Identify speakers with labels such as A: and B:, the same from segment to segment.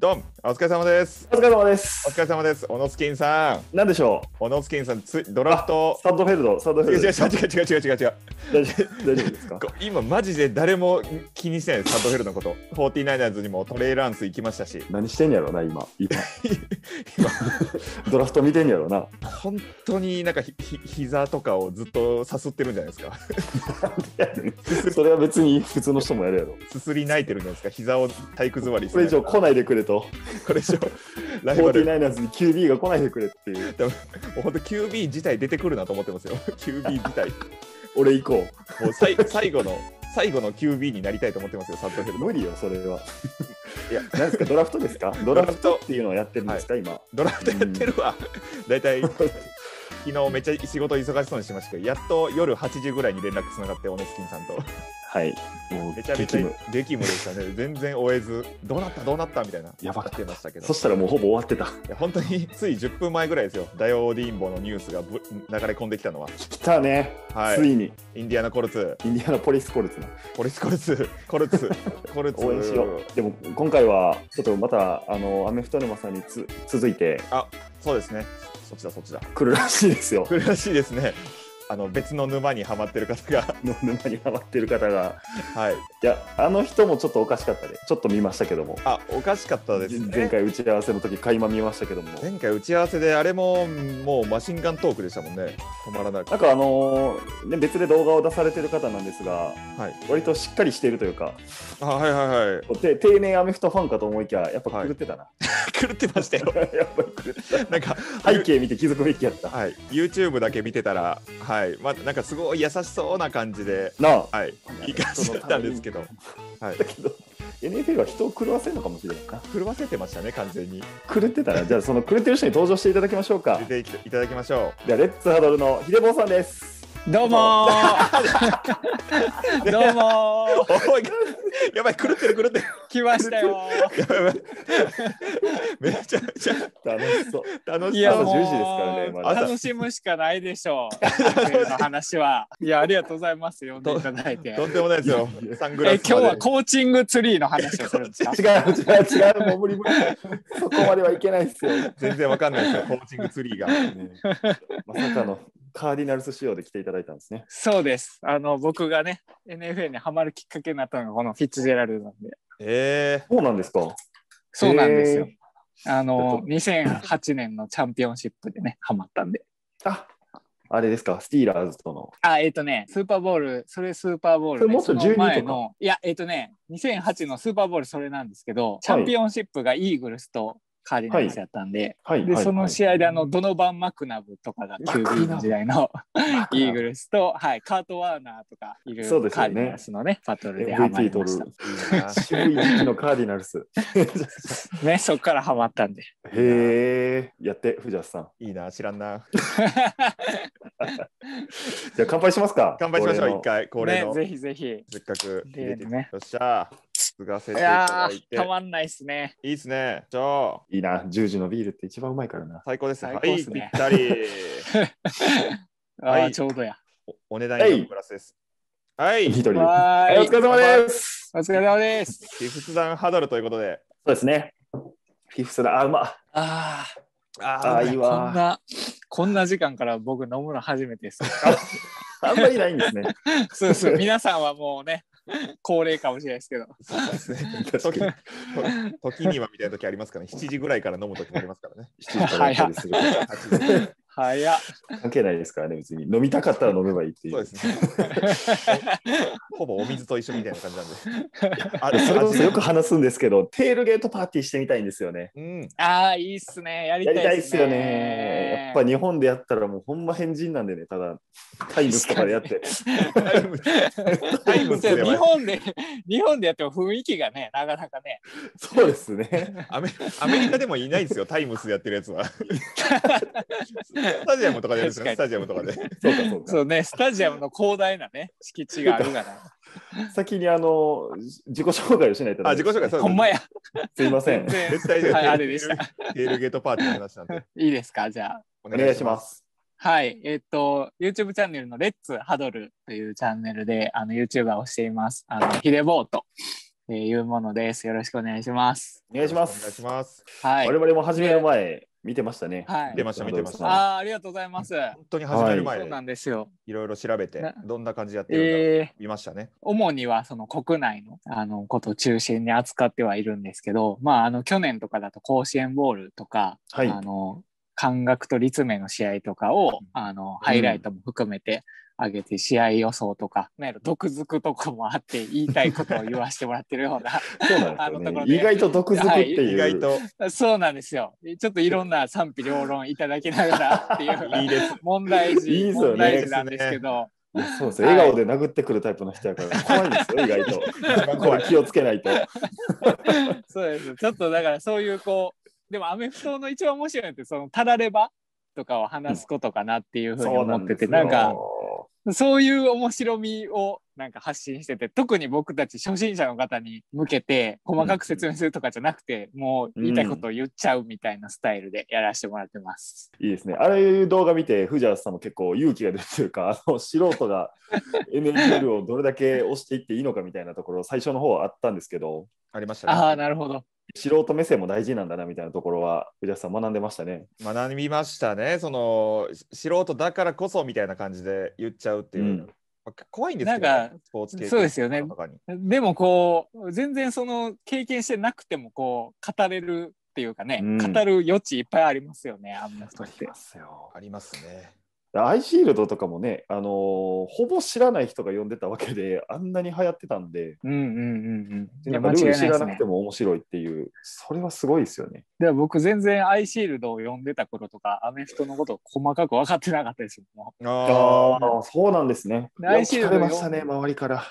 A: どん、お疲れ様です。
B: お疲れ様で
A: お
B: す。
A: 疲れ様です。オノスキンさん、
B: 何でしょ
A: オノスキンさん、つド
B: う。
A: ラフト
B: あ。サッドフェルド、サッドフ
A: 違う
B: ェル
A: 違う
B: ド。
A: 違う違う違う違う。
B: 大丈夫大丈夫ですか。
A: こ今マジで誰も気にしてないです。サッドフェルのこと。49ers にもトレイランス行きましたし、
B: 何してんやろな、今。今
A: 今。
B: ドラフト見てんや ろな。
A: 本当になんかひひ膝とかをずっとさすってるんじゃないですか。
B: それは別に普通の人もやるやろ。
A: すすり泣いてるんじゃないですか。膝を体育座りし
B: これ以
A: て。
B: 上来ないでくれと、
A: これ以上、ライバル、も
B: 49ers に QB が来ないでくれっていう。
A: う本当 QB 自体出てくるなと思ってますよ。QB 自体。
B: 俺行こ
A: もうさい最後の、最後の QB になりたいと思ってますよ、サッドフェル
B: う。
A: ド。
B: 無理よ、それは。
A: いや
B: 何ですか、ドラフ トですかドラフトっていうのをやってるんですか、今。
A: ドラフトやってるわ、大 体、昨日めっちゃ仕事忙しそうにしてましたけど、やっと夜8時ぐらいに連絡つながって、オノスキンさん と、
B: はい。もう、
A: めちゃめ
B: 激
A: ちゃ
B: 務。
A: 激務でしたね、全然終えず、どうなった、どうなったみたいな、
B: やば
A: なっ
B: かっ
A: たてましたけど
B: そ、したらもうほぼ終わってた。
A: いや本当に つい10分前ぐらいですよ、ダイオーディーンボのニュースがぶ流れ込んできたのは、
B: 来たね。
A: はい
B: ついに、
A: インディアナ・コルツ、
B: インディアナポリスコルツの。
A: コルツ、コルツ、コル ツ、コルツ、
B: 応援しよう。でも今回はちょっとまたあのアメフト沼さんにつ続いて
A: そうですね、そっちだ、そっちだ、
B: 来るらしいですよ
A: こ。れらしいですね。あの別の沼にはまってる方が、
B: の沼にハマってる方が。
A: はい、
B: いや、あの人もちょっとおかしかったで、ちょっと見ましたけども。
A: あおかしかったですね。
B: 前回打ち合わせの時垣間見ましたけども。
A: 前回打ち合わせであれももうマシンガントークでしたもんね止まらなく
B: なんかあのね、別で動画を出されてる方なんですが、
A: はい
B: 割としっかりしているというか、
A: あはいはいはい
B: て丁寧アメフトファンかと思いきや、やっぱ狂ってたな。
A: 狂ってましたよ
B: やっぱり狂っ て
A: なんか
B: た背景見て気づく べきやった。
A: はい YouTube だけ見てたらはいまあなんかすごい優しそうな感じで
B: なあ、
A: はいいかしてたんですけどはい
B: だけど、NFL は人を狂わせるのかもしれないな。
A: 狂わせてましたね完全に
B: 狂ってたら、じゃあその狂ってる人に登場していただきましょうか
A: 出。てきていただきましょ
B: ではレッツハドルのひでぼうさんです。
C: どうも ーどうも
A: う
C: ー
A: おいやばい狂ってる狂ってる
C: 来ましたよ
A: やばいやばい めちゃめちゃ
B: 楽しそう。
A: 楽
C: ー
A: し
C: いや
A: そう
C: もう
B: 朝10時ですからねまだ
C: 楽しむしかないでし ょう NFL の話はいやありがとうございます呼んでいただいて
A: とんでもないですよサングラ
C: え今
A: ス
C: 日
A: まで
C: はコーチングツリーの話をするんで すか
B: 違う違う違うもう無理無理。そこまではいけないですよ。ね
A: 全然わかんないですよコーチングツリーが
B: まさかのカーディナルス仕様で来ていただいたんですね。
C: そうですあの僕がね NFL にハマるきっかけになったのがこのフィッツジェラルドなんで
A: え
B: そうなんですか。
C: そうなんですよ
B: へ、
C: あの2008年のチャンピオンシップでねハマったんで
B: あ、あれですか。スティーラーズとの。
C: あ、えっ、とね、スーパーボール、それスーパーボール
B: それ
C: で、
B: もっと
C: その
B: 12
C: 前
B: と
C: の、いや、えっ、とね、2008のスーパーボール、それなんですけど、チャンピオンシップがイーグルスとカーディナルスやったんで、
B: はい。
C: で、
B: はい
C: その試合で、あ、の、
B: はい
C: ドノバン・マクナブとかが
B: マクナブ
C: QB の時代のイーグルスと、はい、カート・ワーナーとかいる
B: そうです
C: カ
B: よ
C: ー
B: ね
C: ディナルスのね、バトルでハマ
B: MVP
C: りま
B: 取
C: した
B: る。。
A: ー、いいな
B: 渋い時期のカーディナルス。
C: ね、そこからハマった んで。
B: へえ。やって藤橋さん。
A: いいな、知らんな。
B: じゃあ乾杯しますか。
A: 乾杯しましょ
B: 恒例
A: う、
B: の
A: 一。回、恒例
C: ね、
A: の。
C: ぜひぜひ。
A: せっかく入れて、
C: 例のね
A: よっしゃー、継がせ
C: い
A: ていた
C: や
A: だい
C: ー、
A: て。
C: たまんないっすね。
A: いいですね。じゃあ、
B: いいな。10時のビールって一番うまいからな。
A: 最高です。
C: 最
A: は
C: 高っ
A: い、
C: す
A: ぴ
C: ね
A: ったり。
C: あ
A: は
C: ー
A: い
C: ちょうどや。
A: おお値段以上のプラスです。はい、
B: 一人。は
C: はいー
B: お
C: い
B: 疲れ様です。
C: お疲れ様です。
A: 寄付団ハドルということで。
B: そうですね。フィフスだ。あ、うまっ。
C: あー
B: あ
A: あ
B: ーいいわ
C: こんな、こんな時間から僕飲むの初めてです。
B: あんまりないんですね。
C: そうそう、皆さんはもうね、高齢かもしれないですけど。
A: そうですね。
B: 確かに。
A: と時にはみたいな時ありますからね。7時ぐらいから飲む時もありますから ね。
B: 7時からやったりするから
A: 8時
C: 早っ。
B: 関係ないですからね、別に。飲みたかったら飲めばいいってい
A: そう
B: う。
A: ですね。ほぼお水と一緒みたいな感じなんで。 あ
B: それこそよく
A: 味が
B: 話すんですけど、テールゲートパーティーしてみたいんですよね。
A: うん、
C: ああ、いいっすね。やり
B: やりた
C: た
B: い
C: い
B: っ
C: っ
B: す
C: す
B: よ
C: ね。
B: ね。やっぱ日本でやったらもうほんま変人なんでね、ただ、タイムとかでやって。
A: タイムタイムっすね
C: 日本で、日本でやっても雰囲気がね、なかなかね。
B: そうですね。
A: アメアメリカでもいないですよ、タイムスでやってるや つは。スタジアムとかでやるんですよね、ス
C: 確か
A: タジアムとかで。
B: そうかそう
C: そ
B: か。
C: うね、スタジアムの広大なね、敷地があるから。
B: 先にあの、自己紹介をしないと
A: あ、
B: ダメ
A: 自己
B: ですね
A: 紹介、そう
C: ほんま
A: や。
C: や。
B: すいません。
C: 全
A: 絶対
C: 然。はい、あれでした。
A: テールゲートパーティーの話なんで。
C: いいですか、じゃあ。
A: お
B: お願いしま。す。
C: はい、えっ、と、YouTube チャンネルのレッツハドルというチャンネルで、あの、YouTuber をしています。あの、ヒデボーとえーいうものです。よろしくお願いします。
B: お願いします。
A: お願いします。
C: はい。
B: 我々も始める前、見てましたね。
C: はい
A: 見てました見てました
C: あーありがとうございます。
A: 本当に始める前
C: そうなんですよ。
A: いろいろ調べて
C: な
A: どんな感じでやってるのか
C: えー、
A: 見ましたね。
C: 主にはその国内のあのことを中心に扱ってはいるんですけど、まあ、あの去年とかだと甲子園ボールとか、
B: はい
C: あの感覚と立命の試合とかをあのハイライトも含めて上げて試合予想とか、なんやろ毒づくとこもあって言いたいことを言わしてもらってるような
B: そうなん
C: あの
B: ですよ
C: とこ
B: ね。
C: ろで
B: 意外と毒づくっていう。
A: 意外と
C: そうなんですよ。ちょっといろんな賛否両論いただきながらっていう
A: いいです。
C: 問題児
B: いいですよね
C: 問題児なんですけど、
B: そうですよ。笑顔で殴ってくるタイプの人やから、怖いんですよ、意外 と。
A: 番
B: こ
A: 怖い
B: れ気をつけない と。
C: そうです。ちょっとだからそういうこう、でもアメフトの一番面白いのってそのたらればとかを話すことかなっていうふうに思ってて、
B: そう
C: な
B: なんんですよ
C: かそういう面白みをなんか発信してて、特に僕たち初心者の方に向けて細かく説明するとかじゃなくて、もう言いたいことを言っちゃうみたいなスタイルでやらせてもらってます。
B: いいですね。ああいう動画見て、藤原さんも結構勇気が出るというか、あの素人 が NHL をどれだけ押していっていいのかみたいなところ、最初の方はあったんですけど、
A: ありましたね。
C: ああ、なるほど。
B: 素人目線も大事なんだなみたいなところは、藤原さん学んでましたね。
A: 学びましたね。そのし素人だからこそみたいな感じで言っちゃうっていう。
B: うん
A: まあ怖いんですけど、
C: なんか
A: スポーツ系
C: そうですよね
A: とかに
C: でもこう全然その経験してなくてもこう語れるっていうかね、
B: うん
C: 語る余地いっぱいありますよねあんな人って。
B: すよ
A: ありますね。
B: アイシールドとかもね、あのーほぼ知らない人が読んでたわけで、あんなに流行ってたんで、
C: うんうんうんうん。い
B: な
C: や
B: んか
C: 間違
B: ルール
C: いない
B: 知
C: で
B: ら
C: す
B: なく
C: ね
B: て。も面白いっていう、それはすごいですよね。
C: で僕全然アイシールドを読んでた頃とかアメフトのこと細かく分かってなかったですよ。も
A: あ
B: あー、そうなんですね。いや
C: アイシー
B: 聞
C: ル
B: か
C: ド
B: れ
C: よ
B: ましたね、周りから。
C: う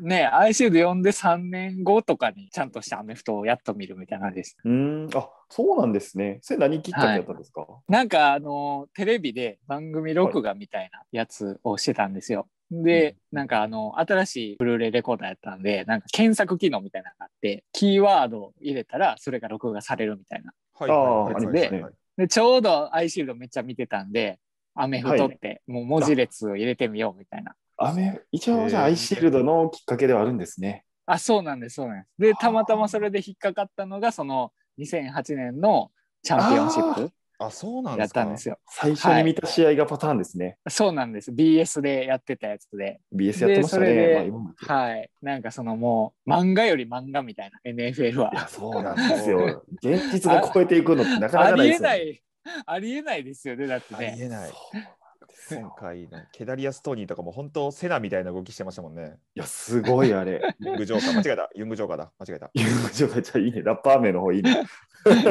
C: ねえアイシールド読んで3年後とかにちゃんとしたアメフトをやっと見るみたいな感じです。
B: うーん、あ、そうなんですね。それ何きっかけだったんですか、
C: なんかあのテレビで番組録画みたいなやつをしてたんですよ。で、なんかあの新しいブルーレイレコーダーやったんでなんか検索機能みたいなのがあってキーワードを入れたらそれが録画されるみたいな。
A: あ、はい
B: あー
A: はいはい
C: あ
A: は
C: り
A: い
C: ます
B: ね
C: でちょうどアイシールドめっちゃ見てたんでアメフトってもう文字列を入れてみようみたいな。
B: アメ一応、じゃあ
A: えー
B: アイシールドのきっかけではあるんですね。
C: あそうなんですそうなんです。でたまたまそれで引っかかったのがその2008年のチャンピオンシップ
A: あ、そうなん
C: や
A: で
C: っ
A: すか。
C: たんですよ。
B: 最初に見た試合がパターンですね。
C: そうなんです BS でやってたやつで。
B: BS やってました
C: でそれで
B: ね。まあ今も。
C: はい。なんかそのもう漫画より漫画みたいな NFL はい
B: や、そうなんですよ。現実が
C: あ
B: 超えていくのってなかな
C: あ
B: かな
C: り
B: いです
C: え
B: よ、ね。
C: ない、ありえないですよね、だって
A: あり
C: ね。
A: えない。
B: そうなんです
A: 今
B: よ。
A: 回のケダリアストーニーとかも本当セナみたいな動きしてましたもんね。
B: いや、すごいあれ。
A: ユングジョ ーカー間違えた。ユングジョーカーだ。間違えた。
B: ゆうこちゃんめっちゃいいね。ラッパー名の方いい ね。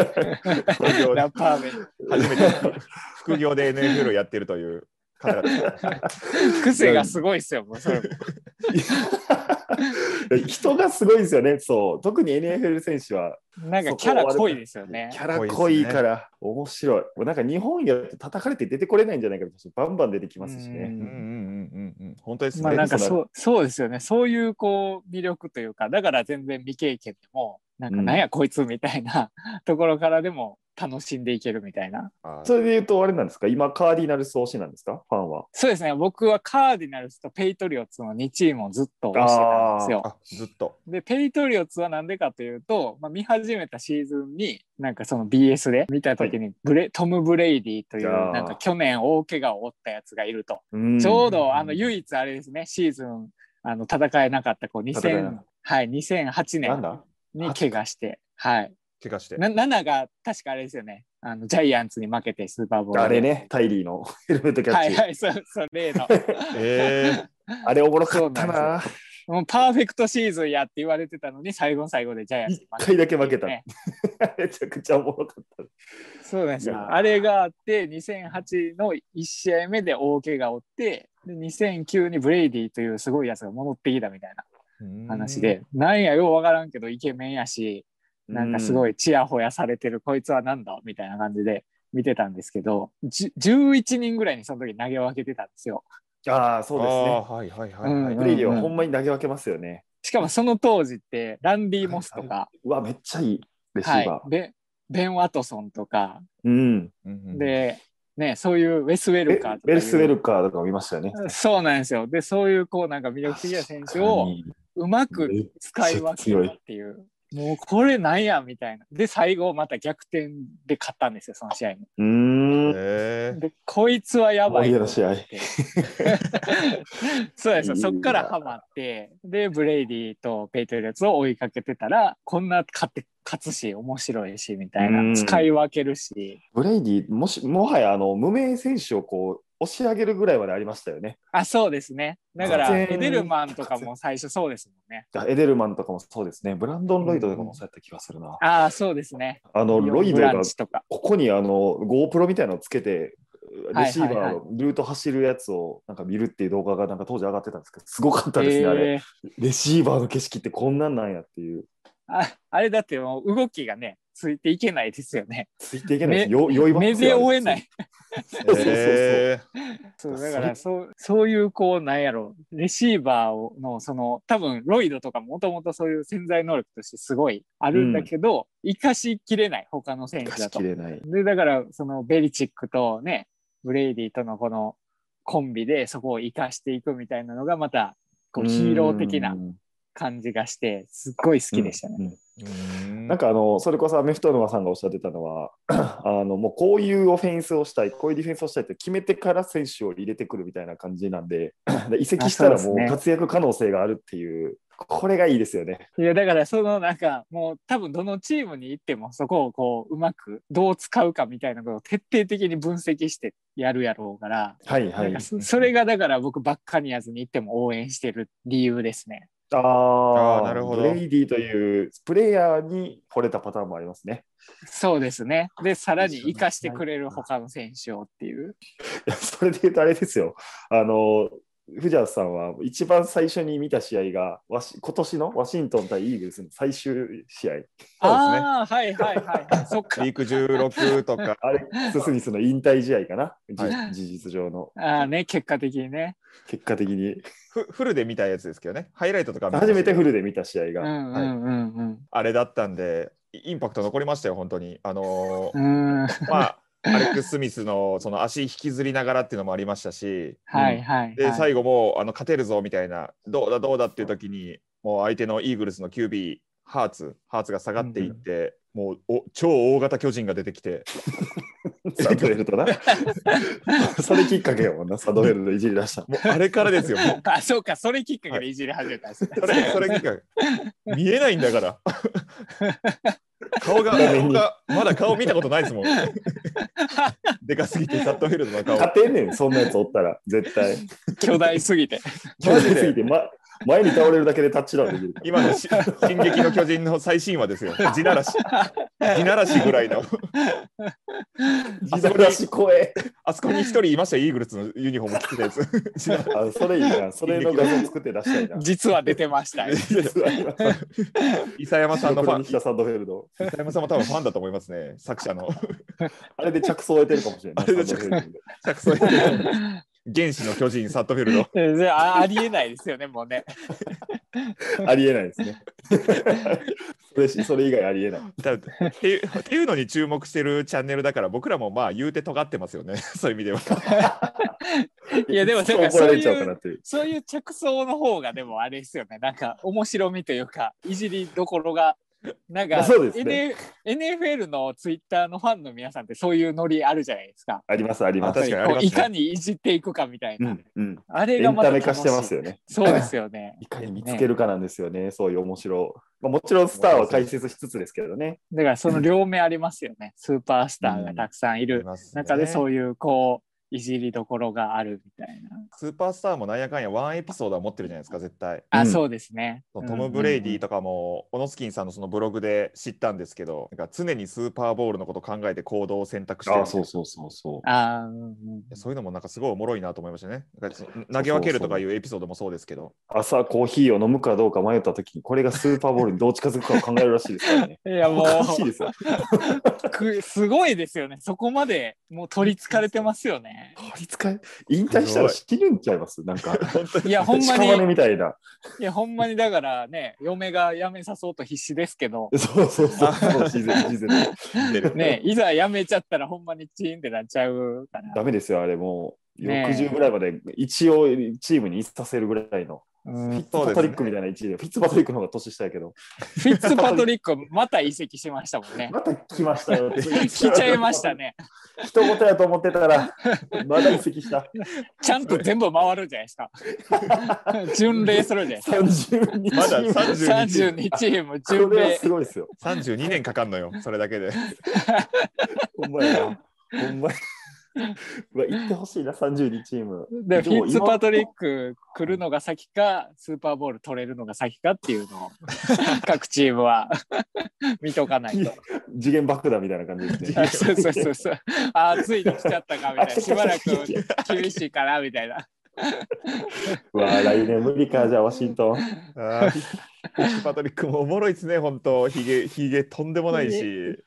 C: ラッパーメ
A: 初め て副業で NFL をやってるという方々ですね。
C: ン。癖がすごいですよ、もうそれも。
B: 人がすごいですよね。そう。特に NFL 選手は、
C: なんかキャラ濃いですよね
B: キ。ャラ濃いから面白い。もうなんか日本やって叩かれて出てこれないんじゃないかと、バンバン出てきますし
C: う
A: うんうん
B: ね。
A: うんうんうん。本当ですね。
C: まあなんか
B: そう
C: そうそうですよね。そういうこう魅力というか、だから全然未経験でも、なんかなんやこいつみたいなところからでも楽しんでいけるみたいな。
A: あー
B: それで言うと、あれなんですか今、カーディナルス推しなんですかファンは。
C: そうですね、僕はカーディナルスとペイトリオッツの2チームをずっと推してたんですよ。
A: あずっと。
C: で、ペイトリオッツはなんでかというと、まあ、見始めたシーズンに、なんかその BS で見た時にブレ、トム・ブレイディという、
B: あー
C: なんか去年大怪我を負ったやつがいると。
B: うん
C: ちょうど、あの、唯一あれですね、シーズン、あの、戦えなかった、こう、
B: 戦えな
C: 2000
B: か、
C: はい、2008
B: なん
C: 年
B: だ
C: に怪我して、はい。
A: 怪我して。
C: な7が、確かあれですよね、あの、ジャイアンツに負けてスーパーボール。
B: あれ。ね、タイリーのヘルメットキャ
C: は
B: ッ
C: い
B: チ。
C: はい、そう、そう、例の。
A: え
B: あれおもろかった
C: そう
B: な。
C: もうパーフェクトシーズンやって言われてたのに、最後の最後でジャイアンツに負け
B: 一回だけ負けた
C: ね
B: めちゃくちゃおもろかった。
C: そうなんです
B: いや
C: よ。
B: ー
C: あれがあって、2008の1試合目で大怪我を負って、で2009にブレイディというすごいやつが戻ってきたみたいな
A: ー
C: 話。で、なんやようわからんけどイケメンやし、なんかすご
B: い。
C: いチヤホヤされてるこいつはなんだみたいな感じで見てたんですけど、じゅ11人ぐらいにその時投げ分けてたんですよ。
B: ああ、そうで
A: あ
B: すね。
A: ーはいはいはいはい。
C: うん
B: ブレイディはほんまに投げ分けますよね。
C: しかもその当時って、ランディ・モスとか、
B: うわ、めっちゃいいレシ
C: は
B: ー
C: い
B: バー。
C: ベベン・ワトソンとか、
B: うん。
A: うんうん、
C: で、ね、そういうウェス・ウェ
B: え
C: ルカーとかい
B: ベ
C: う。
B: ルスウェルカーとかも見ましたよね。
C: そうなんですよ。で、そういうこうなんか魅力的な選手をうまく使い分けるっていう。もうこれなんやみたいな。で、最後また逆転で勝ったんですよ、その試合も。
B: うーん。
A: え
C: で、こいつはやばいと思って。
B: 思い出
C: そうで
B: いい
C: すよ
B: な
C: そっからハマって、で、ブレイディとペイトリアツを追いかけてたら、こんな勝って勝つし、面白いし、みたい
B: うん
C: な。使い分けるし。
B: ブレイディ、もし、もはや、あの、無名選手をこう、押し上げるぐらいまでありましたよね。
C: あ、そうですね。だから、
B: 全然
C: エデルマンとかも最初そうですもんね。
B: エデルマンとかもそうですね。ブランドン・ロイドとかもそうやった気がするな。
C: ああ、そうですね。
B: あの、ロイド
C: ブ
B: が
C: ランチとか。
B: ここにあの GoPro みたいなのつけて、
C: はい
B: レシー
C: は
B: バー
C: いは
B: のルート走るやつをなんか見るっていう動画がなんか当時上がってたんですけど、すごかったですね、あれ。
C: えー
B: レシーバーの景色ってこんなんなんやっていう。
C: ああれだってもう動きがね、ついていけないですよね。
B: ついていけないです
C: め
B: よ、酔いばっかり
C: 目で追えない。
B: そうそうそうそう。
A: え
C: そうだからそうそういうこうなんやろレシーバーをのその多分ロイドとかもともとそういう潜在能力としてすごいあるんだけど、生かしきれない他の選
B: 出
C: 手だ
B: し
C: と
B: き。れない。
C: でだからそのベリチックとねブレイディとのこのコンビでそこを生かしていくみたいなのがまたこうヒーロー的な
B: うん
C: 感じがしてすっごい好きでしたね。
B: うん
A: ー、
B: なんかあのそれこそアメフト沼さんがおっしゃってたのは あのもうこういうオフェンスをしたいこういうディフェンスをしたいって決めてから選手を入れてくるみたいな感じなんで で移籍したら
C: あそ
B: も
C: う
B: う
C: ですね
B: 活躍可能性があるっていうこれがいいですよね。
C: いやだからそのなんかもう多分どのチームに行ってもそこをこううまくどう使うかみたいなことを徹底的に分析してやるやろうから、
B: はいは
C: なん
B: い
C: か。そそれがだから僕ばっかにやずに行っても応援してる理由ですね。
B: あ
A: あ
B: あ
A: ーなるほど
B: ブレイディというプレイヤーに惚れたパターンもありますね。
C: そうですね。でさらに生かしてくれる他の選手をってい
B: い
C: う。
B: や それで言うとあれですよ。あの藤原さんは一番最初に見た試合がわし今年のワシントン対イーグルスの最終試合。、
A: そうですね
C: ああはいはいはい はい。そっか
A: ウィ。ーク16とか
B: アレックス・スミスの引退試合かな、じ
A: は
B: 事実上の
C: ああね結果的にね。
B: 結果的に
A: フフルで見たやつですけどね、ハイライトとか見ました
B: 初めてフ
A: けど
B: ルで見た試合
C: うん
B: が、
C: うんうん
A: あれだったんで、イインパクト残りましたよ、本当に。あの
C: う
A: ー
C: ん。うん。
A: まあ、アレックス・スミスのその足引きずりながらっていうのもありましたし、
C: はいはい、
A: で
C: はい。
A: 最後もうあの勝てるぞみたいな、どうだどうだっていう時に、もう相手のイーグルスの QB、ハーツ、ハーツが下がっていって、もうお超大型巨人が出てきて、
B: サドエル となそれきっかけやもんなサドエルのいじり出した
A: もうあれからです よ、もう
C: あそうかそれきっかけでいじり始めたんですね。
A: それそれきっかけ見えないんだから。顔が顔がまだ顔見たことない ですもん。でかすぎてサットフィールドの顔。
B: 勝てんねんそんなやつおったら絶対
C: 巨大すぎて。
A: マ
B: マ
A: ジ
B: ジ
A: です
B: ぎて、ま、前に倒れるだけでタッチダウンできる
A: 今のし「進撃の巨人」の最新話ですよ。地ならし。地ならしぐら いの。あそ
B: 自
A: こ
B: 動
A: に
B: 出し声
A: あそこに一人いましたよイーグルスのユニフォーム着てたやつ。地ならし
B: あそれいいなそれの画像作って出したい な
C: 実は出てました。
A: 伊佐山さんの ファン。伊
B: 西田サドフェルド
A: 佐山さんも多分ファンだと思いますね。作者の。
B: あれで着想を得てるかもしれない
A: あれで着想
B: サドフェルド
A: 着想原始の巨人サットフィールド。
C: えであありえないですよね、も うね。
B: ありえないですねそれしそれ以外ありえない
A: だっていうっていうのに注目してるチャンネルだから僕らもまあ言うて尖ってますよねそういう意味ではい
C: やでも
B: ちょ
C: なん
B: っ と
C: か
B: 怒られちゃうかなっていう。
C: そういう着想の方がでもあれですよね。なんか面白みというか、いじりどころが。なんか、
B: そうですね
C: N、NFL のツイッターのファンの皆さんってそういうノリあるじゃないですか。
B: ありますありま
A: あ
B: す。
A: 確かにあり
C: こ
A: ま
C: う
A: すね
C: いかにいじっていくかみたいうな。
B: んうん。
C: あれ
B: エ
C: が
B: ン
C: また
B: タメ
C: 楽
B: 化してます
C: よ。
B: よね。
C: そうですよね。
B: いかに見つけるかなんですよね。そういう面白。まあ、もちろんスターは解説しつつですけどね。
C: だからその両面ありますよね。スーパースターがたくさんいる中でそう
A: いう
C: いうこう、いじりどころがあるみたいな。
A: スーパースターもなんやかんやワンエピソードは持ってるじゃないですか絶対
C: あ、
B: うん
C: そうですね。
A: トム・ブレイディと
C: と
A: かもオノスキンさんのそのブログで知ったんですけどなんか常にスーパーボールのことを考えて行動を選択してるみたいな
B: そうそうそ
C: あーうんうん
A: そういうのもなんかすごいおもろいなと思いましたねなんかその投げ分けるとかいうエピソードもそうですけ ど
B: 朝コーヒーを飲むかどうか迷った時に、これがスーパーボールにどう近づくかを考えるらしいですからね。
C: い やも
B: おかしいうですよ。
C: くすごいですよね。そこまでもう取りつかれてますよね。
B: 取り使い、引退したら死ぬんちゃいます。なんか。
C: いやほんまに
B: 屍みたいな。
C: いやほんまにだからね、嫁が辞めさそうと必死ですけど、
B: そうそうそうそう。自然自然。
C: ね、いざ辞めちゃったらほんまにチーンってなっちゃうか
B: ダ
C: ら。
B: メですよ、あれもう。
C: ねえ
B: 60ぐらいまで一応チームにいさせるぐらいの。
C: うん
B: フィッツパトリックみたいな一位で、フィッツパトリックの方が年下やけど、
C: フィッツパトリックまた移籍しましたもんね。
B: また来ました よ。
C: 来ちゃいました。ね。
B: 一言やと思ってたら、まだ移籍した。
C: ちゃんと全部回るじゃないですか。巡礼するじゃないですか。
B: 32日。
A: まだ32チーム
C: 32チーム巡
B: これは
C: 礼
B: す。ごいですよ。
A: 32年かかん のよ、それだけで。
B: ほんまやな。ほんまや。うわ行ってほしいな、32チーム。
C: で、フィッツパトリッ ク来るのが先か、スーパーボール取れるのが先かっていうのを、各チームは見とかないと。
B: 次元爆弾みたいな感じ です
C: あ
B: ね。
C: そうそうそうそう。あー、ついに来ちゃったかみたいな。し ばらく厳しいかなみたいな。
B: うわ来年無理か、じゃあワシントン。
A: あーパトリックもおもろいですね、本当ひげ、ひげとんでもないし。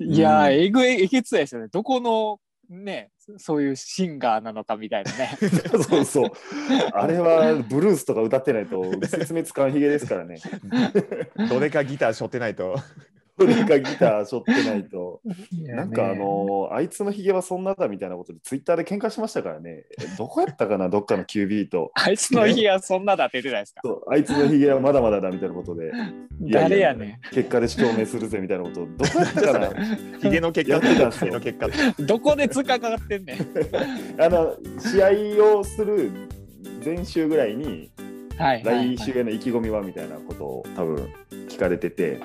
C: いやー、
B: うん
C: えぐい、えげつないですよね。どこの、ね、そういうシンガーなのかみたいなね。
B: そうそう。あれはブルースとか歌ってない と説明つかんひげですからね。
A: どれかギター背負ってない と。
B: どれかギターしょってないと。
C: な
B: なんかあ、のあいつのひげはそんなだみたいなことでツイッターで喧嘩しましたからね。どこやったかな、どっかの QB と。
C: あいつの日はそんなだって言ってないですか。
B: そうあいつのひげはまだまだだみたいなことでやいや
C: 誰やね
B: 結果で証明するぜみたいなことをどこやったか な
A: ひげの結果
B: やってたんす
A: ひげ
B: よ
A: の結果
C: ん。どこでつかかってんねん。
B: あの試合をする前週ぐらいに
C: はいはいはい。
B: 来週への意気込みはみたいなことを多分聞かれてて、
C: はい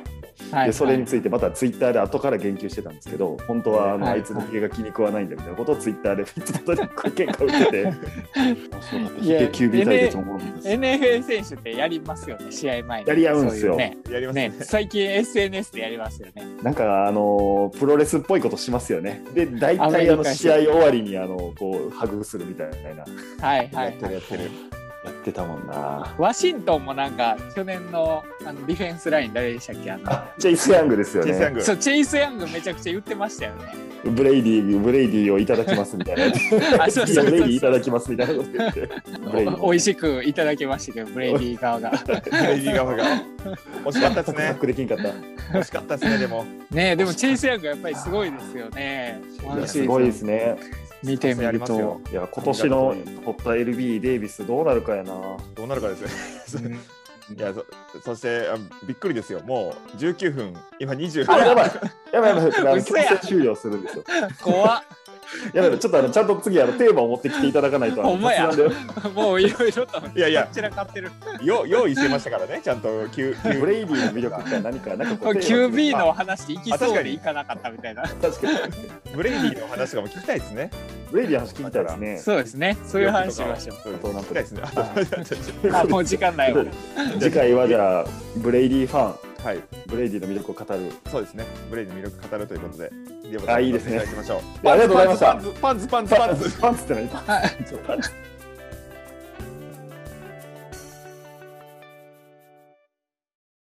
C: は
B: で
C: い
B: それについてまたツイッターで後から言及してたんですけど本当はあの、
C: はい
B: あいつのひげが気に食わないんだみたいなことをツイッターでフィッツパトリック喧嘩を受け て面白かったひ
C: いや
B: げ QB 対決も思うんです
C: NFL 選手ってやりますよね、試合前に。
B: やり合うんすよ
C: そういう
A: やります
C: ね
A: ね。
C: ね、最近 SNS でやりますよね。
B: なんかあのプロレスっぽいことしますよねで大体あの
C: アメリカ人
B: 試合終わりにあのこうハグするみたいな
C: はいはい、
A: やってる。
B: やってたもんな
C: ワシントンもなんか、去年のあのディフェンスライン誰でしたっけあの
B: あチェイス・ヤングですよ
A: チェイスヤン
B: ね
A: グ。
C: そう、チェイス・ヤングめちゃくちゃ言ってましたよ ね。
B: ブレイディブレイディをいただきますみたいな
C: あ、そうそう
B: ブレイ
C: そ
B: ディ
C: う
B: いただきますみたいなこと言ってブレイディ
C: お美味しくいただきましたけど、ブレイデ ィ側が。
A: レイジー側が。惜しかったで
B: サ
A: す
B: クサ
A: ね。
B: クできんかった
A: 惜しかったですね、でも。
C: ねえでもチェイス・ヤングやっぱりすごいですよね。
B: いや
C: ワンシーズン
B: すごいですね。
C: 見てみ
A: やり
C: る
A: ますよ
C: と。
B: いや、今年の取った LB デイビスどうなるかやな。
A: どうなるかですね。
C: うん
A: いやそそしてあびっくりですよ、もう19分、今20
B: あやばいやばいや ばい、あの
C: 嘘や
B: 強制終了するんですよ。
C: 怖っ
B: やばいやばい、ちょっとあのちゃんと次あのテーマを持ってきていただかないと。あの
C: ほんまや
B: 雑談で
C: もういろいろと。
A: いやいや
C: 散らかってる。
A: よ用意してましたからね、ちゃんと急急
B: ブレイディの魅力って何か、なんかこ う。テーマを決め
C: QB
B: て
C: の話行き
A: あ確
C: そ
A: か
C: うで
A: に
C: 行かなかったみたいな。
B: 確かに。
A: ブレイディの話とかも聞きたいですね。
B: ブレイディの話聞きたいですね。
C: そうですね。そういう話しましょう。
A: うん
B: そうなん
A: 聞きたいですね。
C: あ、もう時間ないわ。
B: 次回はじゃあ、ブレイディファン、
A: はい、
B: ブレイディの魅力を語る。
A: そうですね。ブレイディの魅力語るということで、リオ
B: あいいですね
A: いただきましょう。
B: いやありがとうございました
A: パンツパンツパンツパンツパンツ
B: パンツって何パンツ